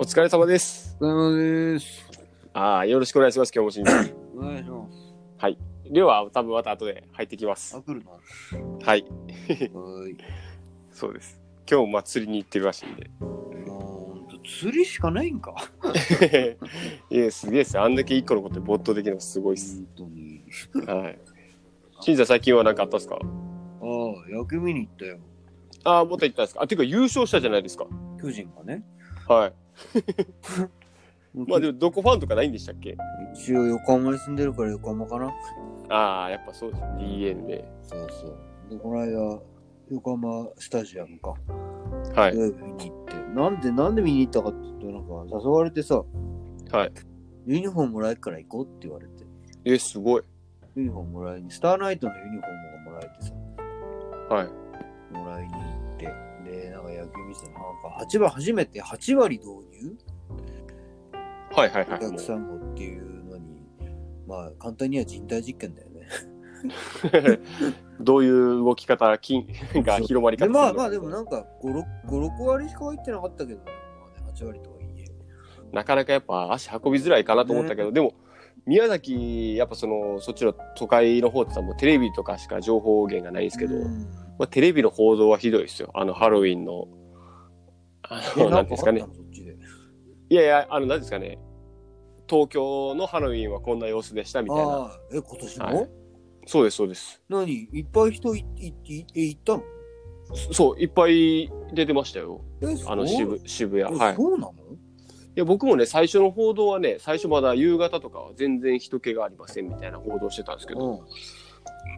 疲れ様です。おはようございます。ああ、よろしくお願いします、今日もしん さん。お願いします。量は多分また後で入ってきます。あ、来るな。ははい、ーい。そうです。今日もまあ釣りに行ってるらしいんで。もう、ほんと釣りしかないんか。 いや、すげえっすよあんだけ一個のことで没頭できるのすごいっ す。本当に。はい。しんさん、最近は何かあったっすかああ、野球見に行ったよ。ああ、もっと行ったんですかあ、ていうか優勝したじゃないですか。巨人がね。はい。ままあでも、どこファンとかないんでしたっけ一応横浜に住んでるから横浜かな。ああ、やっぱそうです。DNA。そうそう。で、この間、横浜スタジアムか。は土い。曜日見に行って。なんで、なんで見に行ったかって言うと、なんか誘われてさ、はい。ユニフォームもらえるから行こうって言われて。え、すごい。ユニフォームもらいに、スターナイトのユニフォームがもらえてさ。はい。もらいに行って、で、なんか野球見てたら、なんか8番初めて8割導入はいはいはおい。も客さんもっていうのに、まあ簡単には人体実験だよ ね。う どういう動き方、筋が広まりで方まあまあでもな。なんか5、6, 5 6割しか入ってなかったけど、まあね、8割とはいえ。なかなかやっぱ足運びづらいかなと思ったけど、でも、宮崎、やっぱその、そっちの都会の方ってさ、もうテレビとかしか情報源がないですけど、うんまあ、テレビの報道はひどいですよ。あの、ハロウィンの、あえの、ななんんかであっすたかね。のそっちで。いやいや、あの、なんですかね。東京のハロウィンはこんな様子でしたみたいな。ああ、え、今年も、はいそうです、そうです。何いっぱい人いいいえ行ったのそう、いっぱい出てましたよ。え、そうあの、渋渋谷。えはい。そうないのや僕もね最初の報道はね最初まだ夕方とかは全然人気がありませんみたいな報道してたんですけど、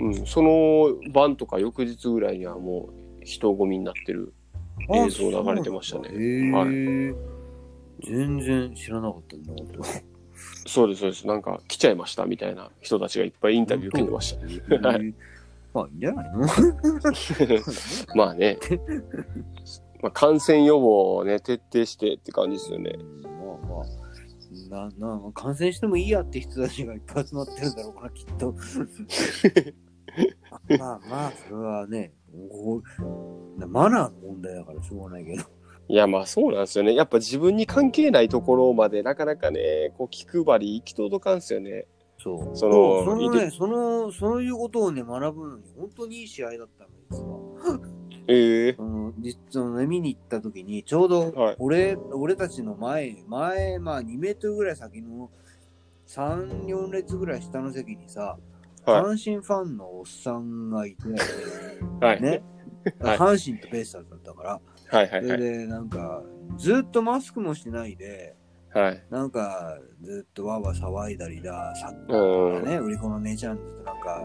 うん。うん、その晩とか翌日ぐらいにはもう人混みになってる映像流れてましたねあそうなんだへえ全然知らなかったんだこと。そうですそうですなんか来ちゃいましたみたいな人たちがいっぱいインタビュー受けてましは。はいまあ、いいんじゃないのたまあね、まあ、感染予防をね徹底してって感じですよねうんまあまあ、な、な、感染してもいいやって人たちがいっぱい集まってるんだろうから、きっと。まあまあ、それはね、こうマナーの問題だからしょうがないけど。いやまあそうなんですよねやっぱ自分に関係ないところまでなかなかねこう気配り行き届かんすよねそう。そのそのいね、その、そういうことをね、学ぶのに、本当にいい試合だったの、実は。ええその実はね見に行った時にちょうはいど俺,、俺たちの前前まあ2メートルぐらい先の34列ぐらい下の席にさ、はい阪神ファンのおっさんがい て、はい、ねはい阪神とベイスターズだったから、はいはいそはれいでなんかずっとマスクもしないではいなんかずっとわーわー騒いだりださっうんきね、売り子の姉ちゃんとなんか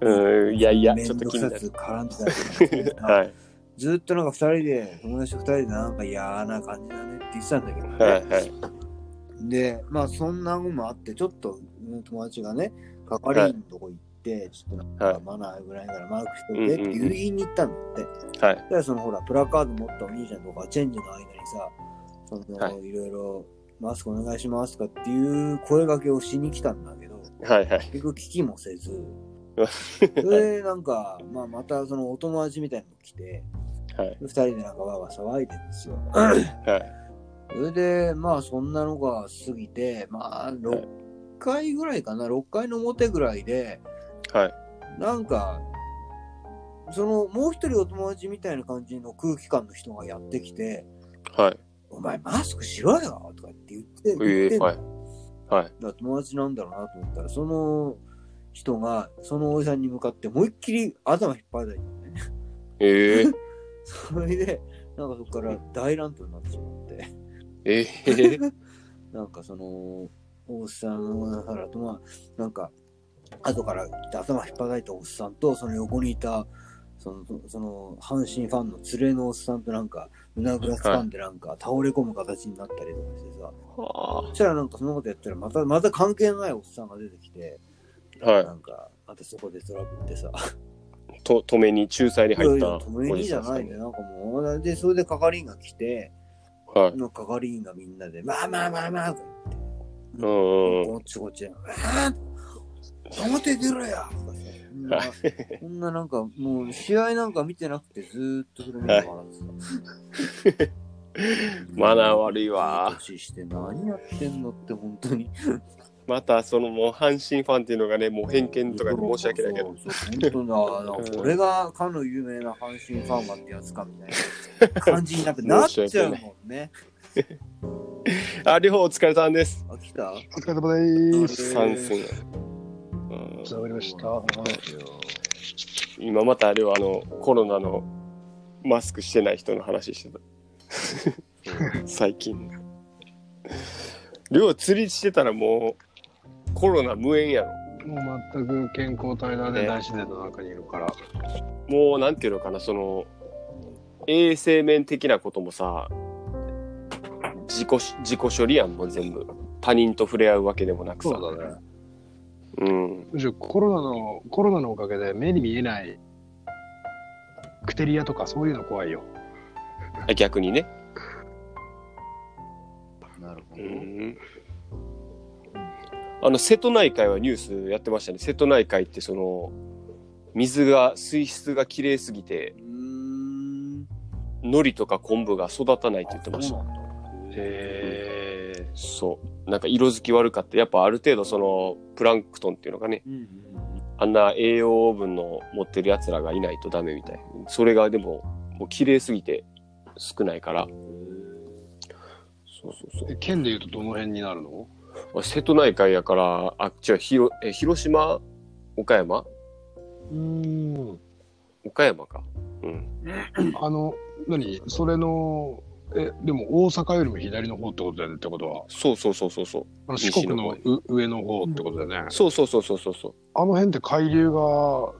うんいやいや、面ちょっと倒気くにさなくる。絡んでたりとかして さはい。ずっとなんか二人で、友達と二人でなんか嫌な感じだねって言ってたんだけど、ねはいはい。で、まあそんなのもあって、ちょっとうん友達がね、係員のとこ行って、ちょっとなんはかマナーぐらいからマークしといてって言いに行ったんだって。はい。だからそのほら、プラカード持ったお兄ちゃんとかチェンジの間にさ、その、、はいろいろマスクお願いしますとかっていう声掛けをしに来たんだけど、はいはい。結局聞きも せず、それでなんか、まあまたそのお友達みたいなの来て、はい。二人でなんかわーわー騒いでるんですよ。はい。それで、まあそんなのが過ぎて、まあ6回ぐらいかな、6回の表ぐらいで、はい。なんか、そのもう一人お友達みたいな感じの空気感の人がやってきて、はい。お前マスクしろよとかって言って、言っえてえんのはい。はい。だから友達なんだろうなと思ったら、その人が、そのおじさんに向かって、思いっきり頭引っ張られたりね。ええそれで、なんかそこから大乱闘になってしまって。ええ なんかその、おっさんのだからと、まあ、なんか、後から来て頭引っ張られたおっさんと、その横にいた、その、その、阪神ファンの連れのおっさんとなんか、胸ぐらつかんでなんか、倒れ込む形になったりとかしてさ、はそしたらなんかそのことやったら、また、また関係のないおっさんが出てきて、あはなんか、またそこでトラブってさ、い。と、止めに、仲裁に入っいたやいや止めにじゃなおいじね、さんなんかもう、で、それで係員が来て、ですねはい。の係員がみんなで、まあまあまあまあ、とか言って、うんうんうん。こっちこっち。えー、表出ろやはいこんななんかもう試合なんか見てなくてずーっとそれ見て笑ってた。マナー悪い わ年して何やってんのって本当に。またそのもう阪神ファンっていうのがねもう偏見とかで申し訳ないけど。そうそう本当だ。なんかうん俺がかの有名な阪神ファンがってやつかみたいな感じになってなっちゃうもんね。あ両方お疲れさんですあ、来たお疲れ様でへす。ー参戦、うおん疲れ様でした。今また両あのコロナのマスクしてない人の話 してた最近両釣りしてたらもうコロナ無縁やろもう全く健康体だねね、大自然の中にいるから。もうなんていうのかなその衛生面的なこともさ自己し自己処理やんもう全部他人と触れ合うわけでもなくさそうだね。うんむしろコロナの、コロナのおかげで目に見えないクテリアとかそういうの怖いよ。逆にねなるほうど。んあの瀬戸内海はニュースやってましたね瀬戸内海ってその水が水質が綺麗すぎてうーん。海苔とか昆布が育たないって言ってましたそうなんだへえ。そうなんか色づき悪かったやっぱある程度そのプランクトンっていうのがねうんうんあんな栄養分の持ってるやつらがいないとダメみたいそれがでももう綺麗すぎて少ないからそうそうそうえ県で言うとどの辺になるのあ瀬戸内海やからあっちは広え広島岡山うん。岡山かうんあの、何それの、え、でも大阪よりも左の方ってことだよねってことは。そうそうそうそうそうあの四国のう上の方ってことだよね。そうそうそうそうそうそうあの辺って海流が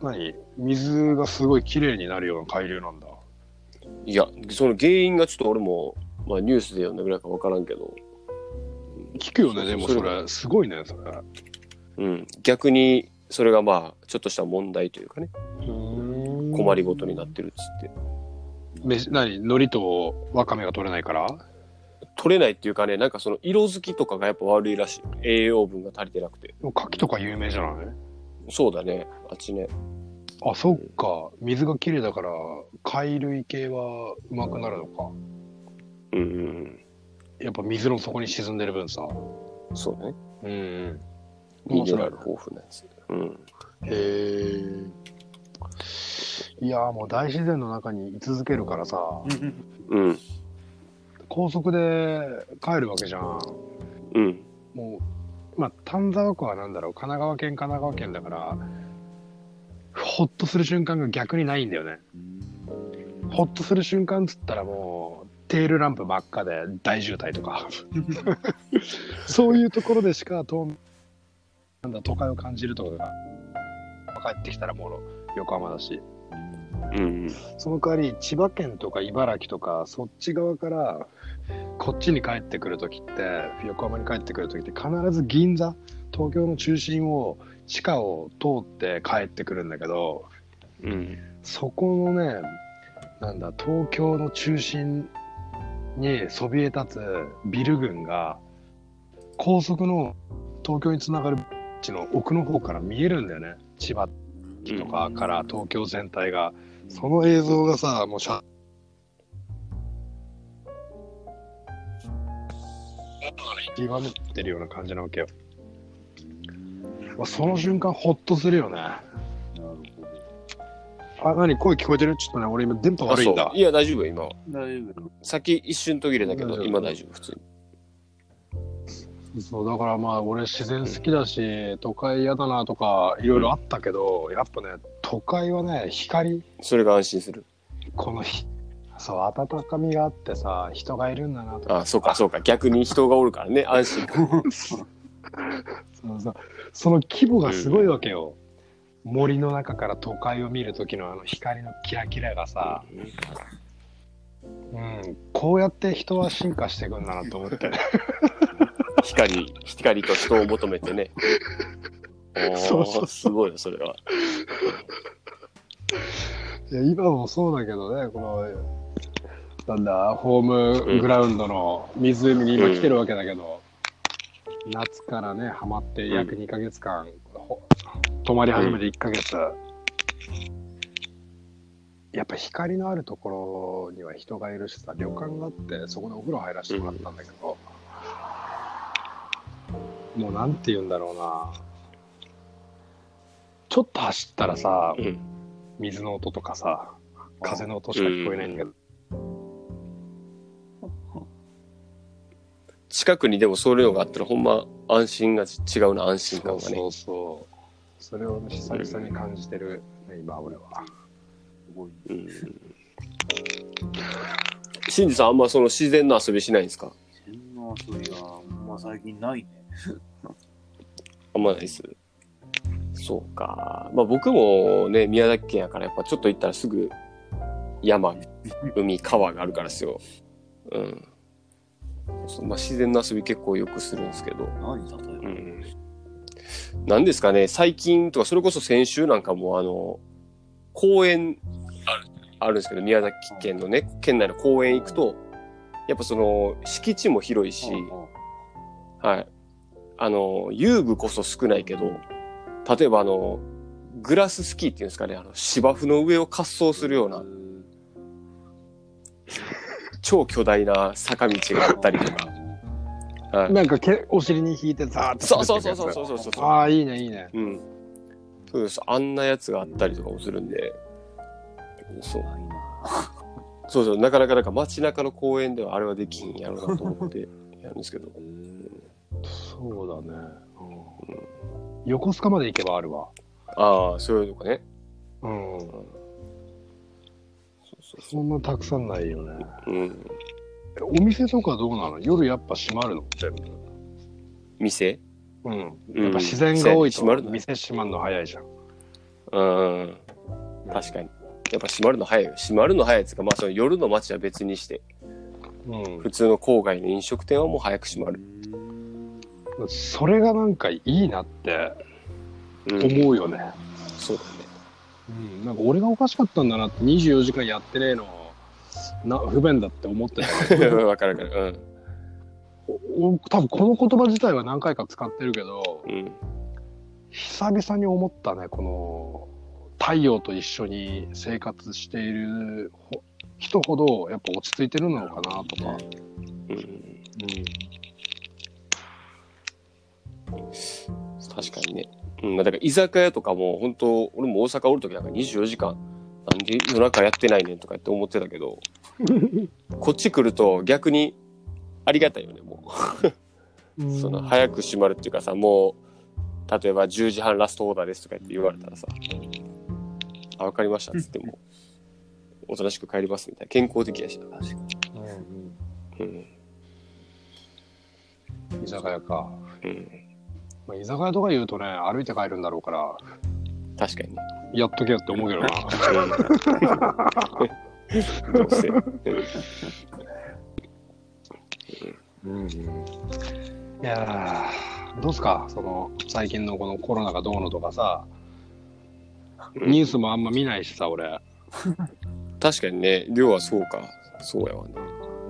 何水がすごい綺麗になるような海流なんだ。いやその原因がちょっと俺も、まあ、ニュースで読んだぐらいか分からんけど、聞くよそうそね、うでもそれそれ、すごいね、それ。うん、逆にそれがまあちょっとした問題というかね困困りごとになってるっつって飯何海苔とわかめが取れないから取れないっていうかねなんかその色づきとかがやっぱ悪いらしい栄養分が足りてなくてでも牡蠣とか有名じゃないそうだねあっちねあ、そっか。水が綺麗だから、貝類系はうまくなるのか。うんうんやっぱ水の底に沈んでる分さ。うんそうだねうん。ミ面ネ白ラいル。豊富なやつうんへえ。いやーもう大自然の中に居続けるからさ、うん。うん高速で帰るわけじゃん。うんもう、まあ、丹沢湖はなんだろう、神奈川県、神奈川県だから、ほっとする瞬間が逆にないんだよね。ほっとする瞬間っつったらもう、テールランプ真っ赤で大渋滞とか、そういうところでしか、となんだ、都会を感じるとかが、帰ってきたらもう横浜だし、うんその代わり千葉県とか茨城とか、そっち側から、こっちに帰ってくるときって、横浜に帰ってくるときって、必ず銀座、東京の中心を、地下を通って帰ってくるんだけど、うんそこのね、なんだ、東京の中心にそびえ立つビル群が、高速の東京につながる地の奥の方から見えるんだよね。千葉とかから東京全体が。その映像がさ、もうしゃ、極めてるような感じなわけよ。まあその瞬間、ほっとするよね。あ、何声聞こえてるちょっとね、俺今、電波あ悪いんそだう。いや大丈夫よ今は大丈夫。さっき一瞬途切れたけ大丈ど夫今大丈夫普通にそう、だからまあ、俺、自然好きだし、都会嫌だなとか、いろいろあったけど、やっぱね、都会はね、光、それが安心するこのひ、そう、温かみがあってさ、人がいるんだなとかあそうかそうか逆に人がおるからね安心感そのさその規模がすごいわけよ、森の中から都会を見る時のあの光のキラキラがさ、うん、こうやって人は進化していくんだなと思って光光と人を求めてねおーそうそうそうすごいよそれはいや今もそうだけどねこのなんだホームグラウンドの湖に今来てるわけだけど、夏からねハマって約2ヶ月間、ほ泊まり始めて1ヶ月、やっぱ光のあるところには人がいるしさ旅館があってそこでお風呂入らせてもらったんだけど、もうなんて言うんだろうなちょっと走ったらさうん。水の音とかさ風の音しか聞こえないんだけど、近くにでもそういうのがあったら、ほんま安心が違うな、安心そ感うがね。そうそうそれをね久々に感じてる、ね、今俺はごい。うん。シンジさん、あんまその自然の遊びしないんですか天皇遊びは、まあ最近ないね。あんまないです。そうか。まあ僕もね、宮崎県やから、やっぱちょっと行ったらすぐ山、海、川があるからですよ。うん。そうまあ自然の遊び結構よくするんですけど。何例えば。うん。なんですかね、最近とか、それこそ先週なんかもあの、公園あるんですけど、宮崎県のね、県内の公園行くと、やっぱその、敷地も広いし、はい。あの、遊具こそ少ないけど、例えばあの、グラススキーっていうんですかね、あの、芝生の上を滑走するような、超巨大な坂道があったりと か。はい。なんかけお尻に引いてザーッとそう滑そっうてそうくそうやつそうそうそう。ああいいねいいねうん。そうです。あんなやつがあったりとかもするんで。そう。ないな。そうそう。なかなかなんか街中の公園ではあれはできんやろうなと思ってやるんですけど。そうだね、横須賀まで行けばあるわああ、そういうのかね。うんそうそうそんなたくさんないよねそう。うん。えお店とかどうなの夜やっぱ閉まるの全部店うんうんやっぱ自然が多いと閉まるの店閉まるの早いじゃんうん。確かに。やっぱ閉まるの早いよ。閉まるの早いっつうか、まあその夜の街は別にして、う普通の郊外の飲食店はもう早く閉まる。んそれがなんかいいなってうん。思うよね、そうだね。うん、なんか俺がおかしかったんだなって24時間やってねえのな不便だって思ってた わかるわかる。おお多分この言葉自体は何回か使ってるけどうん。うん。久々に思ったねこの太陽と一緒に生活しているほ人ほどやっぱ落ち着いてるのかなとか、うん。確かにね。うん、だから居酒屋とかも本当、俺も大阪おるときなんか24時間、なんで夜中やってないねんとかって思ってたけ ど、こっち来ると逆にありがたいよね、もうう。んその早く閉まるっていうかさ、もう、例えば10時半ラストオーダーですとかって言われたらさ、あ、わかりましたっつっても、おとなしく帰りますみたいな。健康的やしな。確かに。うんうん。居酒屋か、うん。まあ、居酒屋とか言うとね歩いて帰るんだろうから確かにね。やっとけよって思うけどな うんどうせ。うんうんいやーどうすかその最近のこのコロナがどうのとかさニュースもあんま見ないしさ俺確かにね、量はそうか。そうやわね。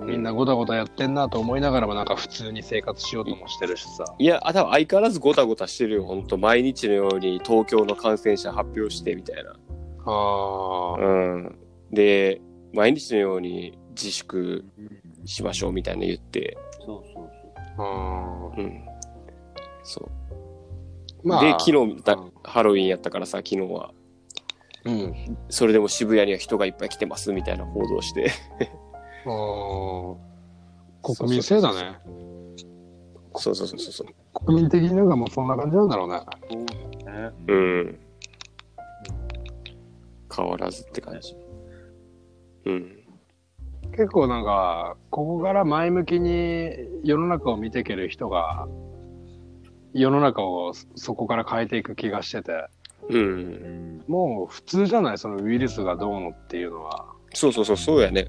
みんなごたごたやってんなと思いながらもなんか普通に生活しようともしてるしさいや、あ、多分相変わらずごたごたしてるよ。ほんと、毎日のように東京の感染者発表してみたいな。あうん。で、毎日のように自粛しましょうみたいな言って。そうそうそう。あうん。そう。まあで、昨日、だうんハロウィンやったからさ、昨日は。うんそれでも渋谷には人がいっぱい来てますみたいな報道して。あー国民性だね そうそうそうそうそう。国民的になんかもうそんな感じなんだろうねね。うん。変わらずって感じ。うん。結構なんかここから前向きに世の中を見ていける人が世の中をそそこから変えていく気がしててうん。もう普通じゃないそのウイルスがどうのっていうのはそうそうそう、そうやね。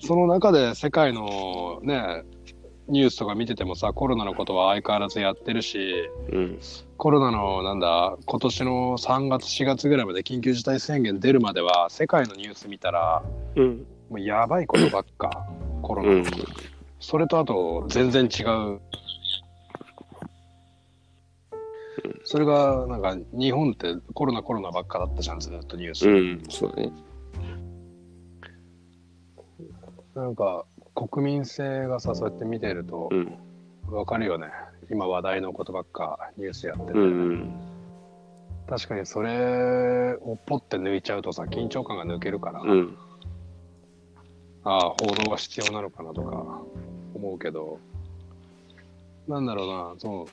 その中で世界のねニュースとか見ててもさコロナのことは相変わらずやってるしうん。コロナのなんだ今年の3月4月ぐらいまで緊急事態宣言出るまでは世界のニュース見たらうん。もうやばいことばっかコロナ、うん。それとあと全然違うそれがなんか日本ってコロナコロナばっかだったじゃんずっとニュース、うん。そうだね。なんか国民性がさそうやって見てるとうんわかるよね、今話題のことばっかニュースやってうて、んうん確かにそれをポッて抜いちゃうとさ緊張感が抜けるから、うんああ報道が必要なのかなとか思うけどなんだろうなそう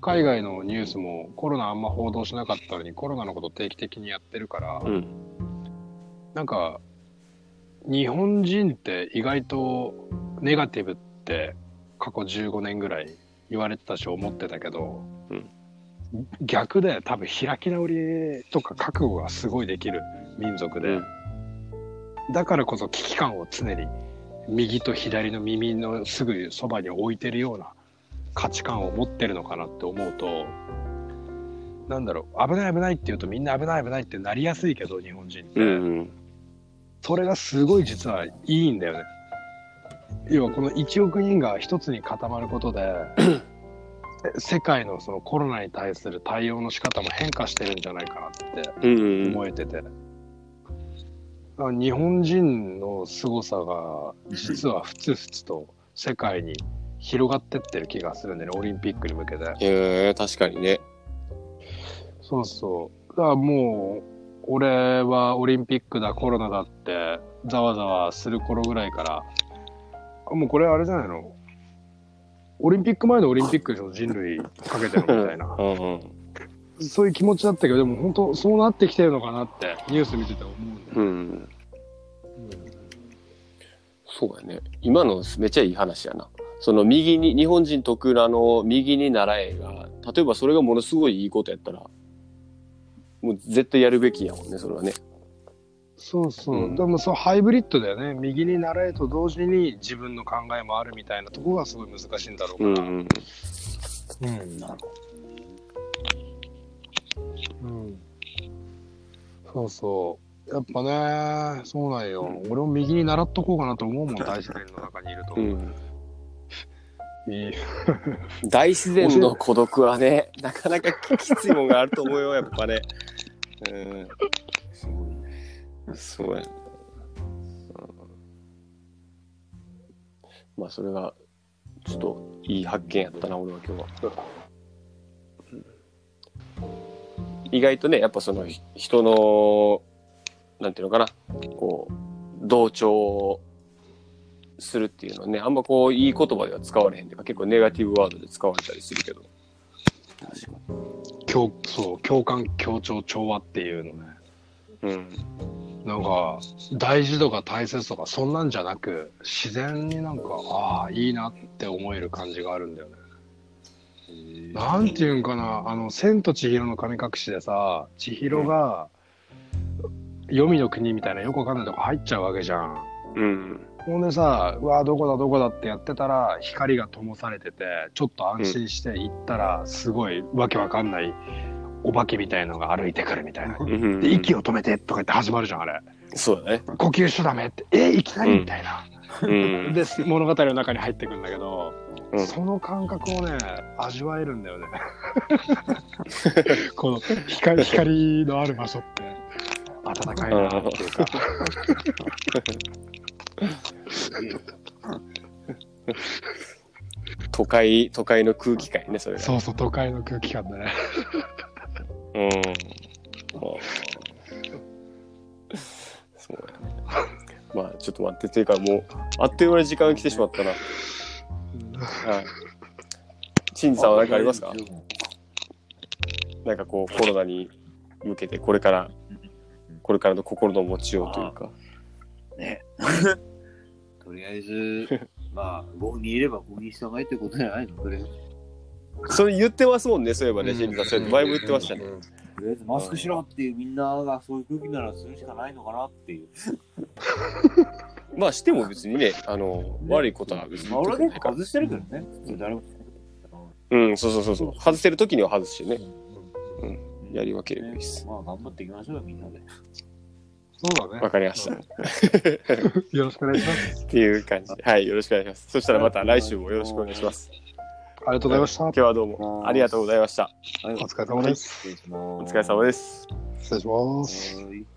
海外のニュースもコロナあんま報道しなかったのにコロナのこと定期的にやってるから、うんなんか日本人って意外とネガティブって過去15年ぐらい言われてたし思ってたけど、うん逆で多分開き直りとか覚悟がすごいできる民族うで、んだからこそ危機感を常に右と左の耳のすぐそばに置いてるような価値観を持ってるのかなって思うと。なんだろう危ない危ないって言うとみんな危ない危ないってなりやすいけど日本人って、うんそれがすごい実はいいんだよね要はこの1億人が一つに固まるこ とで世界のそのコロナに対する対応の仕方も変化してるんじゃないかなってうんうん思えてて、だから日本人の凄さが実はふつふつと世界に広がってってる気がするんだよねオリンピックに向けてへえ確かにねそうそう。だからもう、俺はオリンピックだ、コロナだって、ざわざわする頃ぐらいから、あもうこれあれじゃないのオリンピック前のオリンピックでしょ人類かけてるのみたい な。うんうんそういう気持ちだったけど、でも本当そうなってきてるのかなって、ニュース見てて思うんだよ。うんそうやね今のめっちゃいい話やなその右に日本人特有のあの右に習えが例えばそれがものすごいいいことやったらもう絶対やるべきやもんねそれはねそうそう。うんでもそう、ハイブリッドだよね。右に習えと同時に自分の考えもあるみたいなところがすごい難しいんだろうかんら。うんなるうんそうそう。やっぱね、そうなんよ。俺も右に習っとこうかなと思うもん、大自然の中にいると。うんいい大自然の孤独はね なかなかきついもんがあると思うよやっぱねうんそうやな、うんまあそれがちょっといい発見やったな俺は今日は、意外とねやっぱそのひ人のなんていうのかなこう同調するっていうのはねあんまこういい言葉では使われへんというか結構ネガティブワードで使われたりするけど共そう、共感、協調、調和っていうのね。うんなんか、大事とか大切とか、そんなんじゃなく、自然になんか、ああ、いいなって思える感じがあるんだよね。なんていうんかな、あの、千と千尋の神隠しでさ、千尋が、黄泉の国みたいなよくわかんないとこ入っちゃうわけじゃん。うんほんでさ、うわどこだどこだってやってたら、光が灯されてて、ちょっと安心して行ったら、すごいわけわかんないお化けみたいのが歩いてくるみたいな。うんで、息を止めてとか言って始まるじゃん、あれ。そうだね呼吸しちゃダメって、え、いきなりみたいな。うんで、物語の中に入ってくんだけど、うんその感覚をね、味わえるんだよ ね。この光光のある場所って、暖かいなっていうか。都会都会の空気感やねそれがそうそう、都会の空気感だね。うんまあそうやねまあちょっと待ってっていうかもうあっという間に時間が来てしまったなはい陳さんは何かありますかなんかこうコロナに向けてこれからこれからの心の持ちようというかね。とりあえず、まあ、5にいれば5に従えってことじゃないのとりあえずそれ言ってますもんねそういえばね新さんそれ前も言ってましたねうんとりあえずマスクしろっていうみんながそういう空気ならするしかないのかなっていう。まあしても別にねあの悪いことは別にまあ、俺は特に結ない構から外してるけどね。普通誰も。うんそうそうそうそう外せる時には外してねやり分ければいいっすまあ、頑張っていきましょうよ、みんなで。そうだわね。かりましたっよろしくお願いします。ていう感じではいよろしくお願いしますそしたらまた来週もよろしくお願いしますありがとうございました。今日はどうもありがとうございましたはいお疲れ様です。失礼しますお疲れ様です失礼します。はい